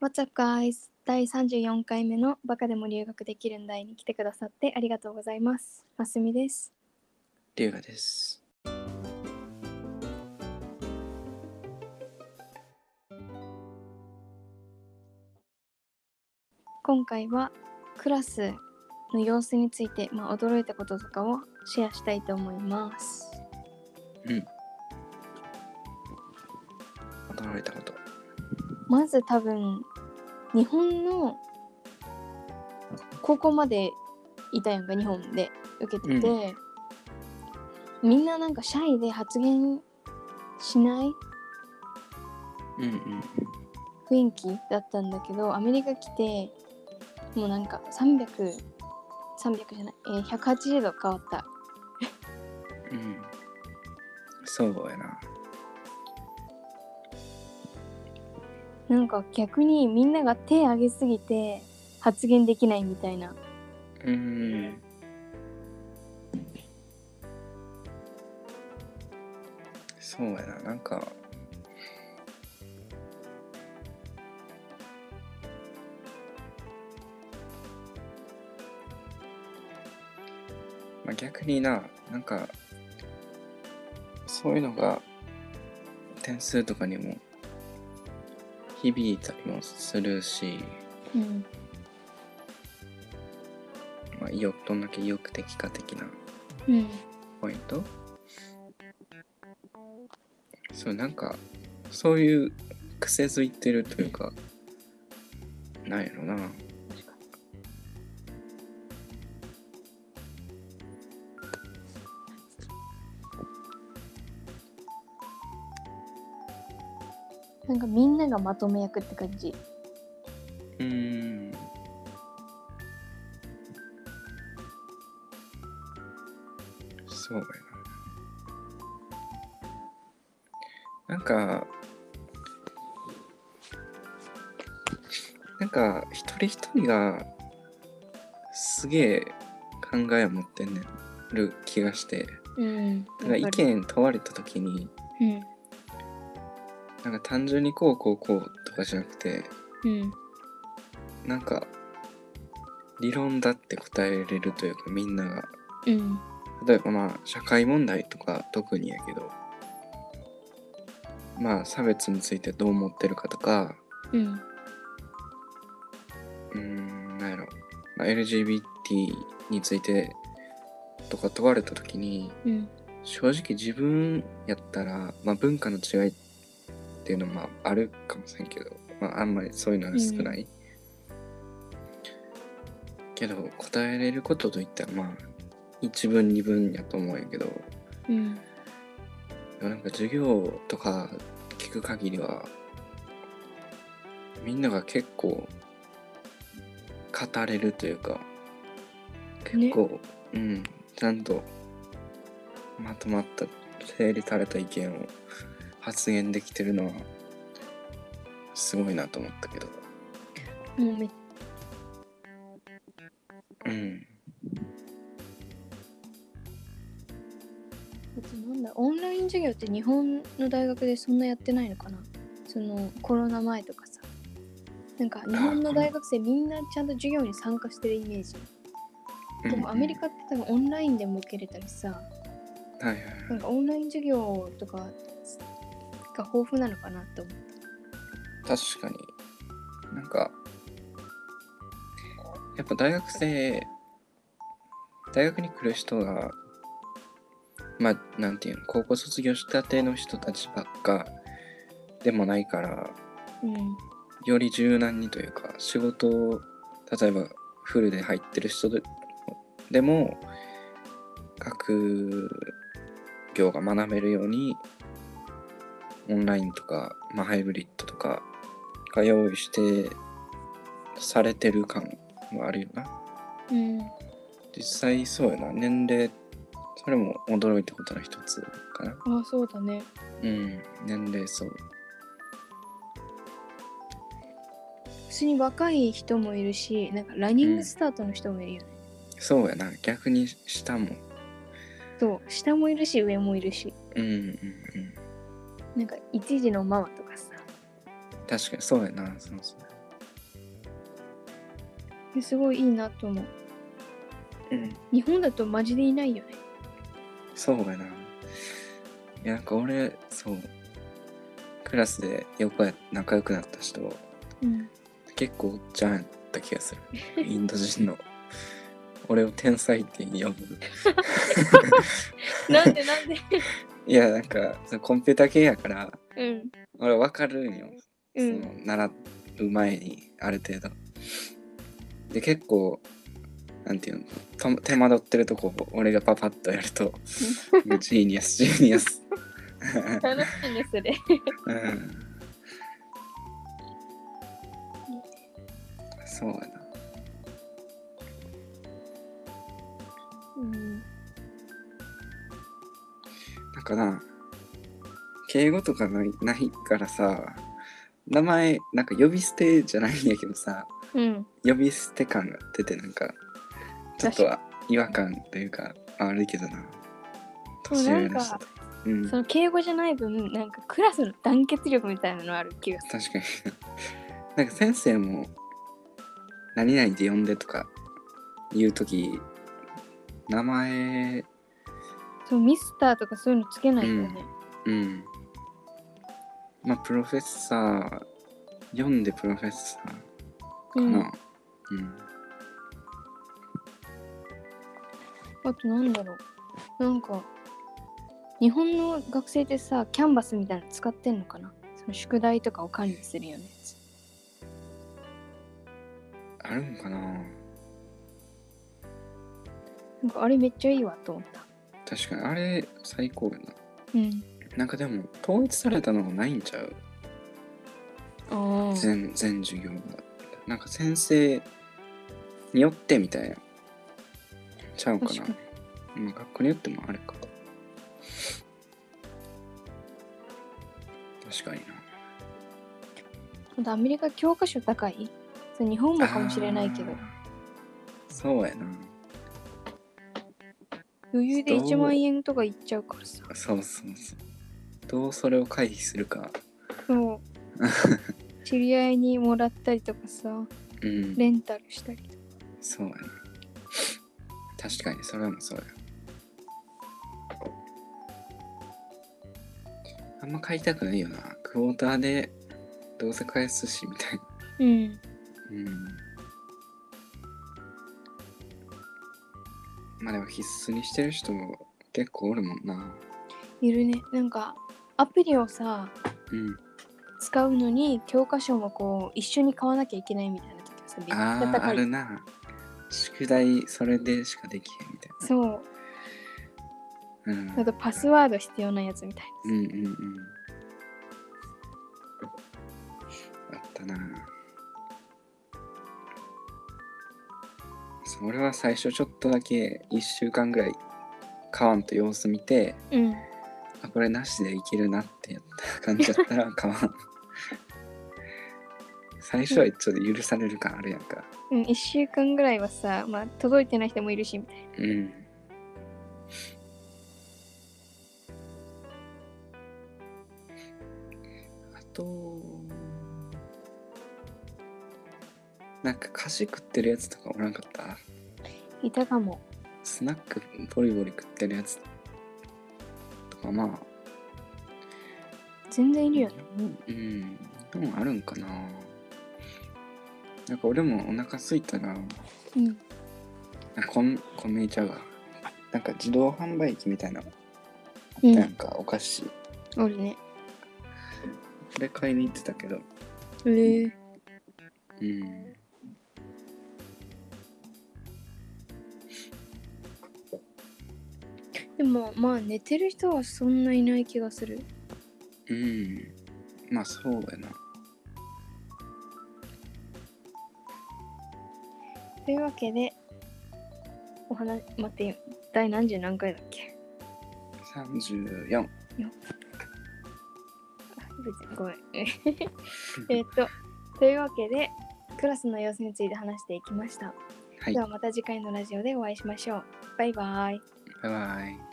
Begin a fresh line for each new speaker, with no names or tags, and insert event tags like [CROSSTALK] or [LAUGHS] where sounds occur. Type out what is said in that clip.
What's up, guys? 第34回目のバカでも留学できるんだいに来てくださってありがとうございます。ますみです。
龍河です。
今回はクラスの様子について、まあ、驚いたこととかをシェアしたいと思います。
驚いたこと。
まず多分、日本の高校までいたやんか、日本で受けてて、みんななんかシャイで発言しない
うんうん。
雰囲気だったんだけどアメリカ来てもうなんか300300じゃない、えー、180度変わった
うん。そうやな。
なんか逆にみんなが手上げすぎて発言できないみたいな
うん。そうやな。なんか。まあ、逆にな、なんか、そういうのが点数とかにも響いたりもするし、
うん
まあ、意欲どんだけ意欲的か的な
うん
ポイントそうなんかそういう癖づいてるというかなんやろな
なんかみんながまとめ役って感じ
うーんそうやななんかなんか一人一人がすげえ考えを持ってんねんる気がして
うん
だから意見問われた時に
うん
なんか単純にこうこうこうとかじゃなくて
うん
なんか理論だって答えれるというかみんなが
うん
例えばまあ社会問題とか特にやけどまあ差別についてどう思ってるかとか
うん
うーんなんやろ、まあ、LGBT についてとか問われた時に
うん
正直自分やったら、まあ、文化の違いっていうのもあるかもしれんけど、まあ、あんまりそういうのは少ない、けど答えれることといったらまあ一文二文やと思うんやけど
うん
でもなんか授業とか聞く限りはみんなが結構語れるというか結構、うんちゃんとまとまった整理された意見を発言できてるのはすごいなと思ったけど
もうめ
うん
あとなんだオンライン授業って日本の大学でそんなやってないのかなそのコロナ前とかさなんか日本の大学生みんなちゃんと授業に参加してるイメージでもアメリカって多分オンラインでも受けれたりさ
カはいはい
なんかオンライン授業とかが豊富なのかなって思
確かになんかやっぱ大学生大学に来る人がまあなんていうの高校卒業したての人たちばっかでもないから
う
より柔軟にというか仕事を例えばフルで入ってる人ででも学業が学べるようにオンラインとか、まあ、ハイブリッドとかが用意してされてる感はあるよな
うんうん
実際そうやな年齢それも驚いたことの一つかな
ああそうだね
うん年齢そう
普通に若い人もいるしなんかランニングスタートの人もいるよね、
そうやな逆に下も
そう下もいるし上もいるし
うんうんうん
なんか一時のママとかさ
確かにそうやなそうそう
ですごいいいなと思う
うん
日本だとマジでいないよね
そうやないやなんか俺そうクラスで横や仲良くなった人
うん
結構おっちゃんやった気がするインド人の俺を天才って呼ぶ
なんでなんで
いやなんかそのコンピュータ系やから
[LAUGHS] うん
俺わかるんよ、
う
その
ん
習う前にある程度で結構なんていうのと手間取ってるとこを俺がパパッとやるともうジーニアスジーニアス
楽しいねそれ
うんそうやな
うん
だから敬語とかないないからさ名前なんか呼び捨てじゃないんやけどさ
うん
呼び捨て感が出てなんかちょっとは違和感というかあ悪いけどな年上の人とうん
その敬語じゃない分なんかクラスの団結力みたいなのある気がす
確かに [LAUGHS] なんか先生も「何々で呼んで」とか言う時名前
るそうミスターとかそういうのつけないんだよね、
うんまあプロフェッサー読んでプロフェッサー
う
か
ん
なうん、
あとなんだろうなんか日本の学生ってさキャンバスみたいなの使ってんのかなその宿題とかを管理するよね
あるんかな
なんかあれめっちゃいいわと思った
確かにあれ最高やな
うん
なんかでも統一されたのがないんちゃう
ああ
全全授業がなんか先生によってみたいなちゃうかな
確か
まあ学校によってもあるか確かにな
あとアメリカ教科書高いそれ日本もかもしれないけど
あーそうやな
余裕で
どう
1万円とかいっちゃうからさ
そうそうそうどうそれを回避するか
そう [LAUGHS] 知り合いにもらったりとかさ
うん
レンタルしたりとか
そうやな確かにそれはもうそうやあんま買いたくないよなクォーターでどうせ返すしみたいな
うん
うんまあでも必須にしてる人も結構おるもんない
るねなんかアプリをさ
うん
使うのに教科書もこう一緒に買わなきゃいけないみたいな時はさめっち
あ
ゃ
ああ
高
る
い
な宿題それでしかできへんみたい
そう
なうん
あとパスワード必要なやつみたい
うんうんうん。あったなそう俺は最初ちょっとだけ1週間ぐらい買わんと様子見て
うん
あこれなしでいけるなってやった感じだったら買わん最初はちょっと許される感あるやんか
うん1週間ぐらいはさまあ届いてない人もいるしみたいな
うんあとなんか菓子食ってるやつとかおらんかった
いたかも
スナックボリボリ食ってるやつとかまあ
全然いるよね
うんでもあるんかななんか俺もお腹空いたら
うん
あコンコンビニちゃうわなんか自動販売機みたいな
う
なん
ん
かお菓子
おるね
これ買いに行ってたけど
へえ
うん
でもまあ寝てる人はそんないない気がする
うんまあそうやな
というわけでお話待って第何十何回だっけ
34
別にごめん [LAUGHS] えっとというわけでクラスの様子について話していきました
はい
で
バ
はまた次回のラジオでお会いしましょう。バイバイ。
イバイ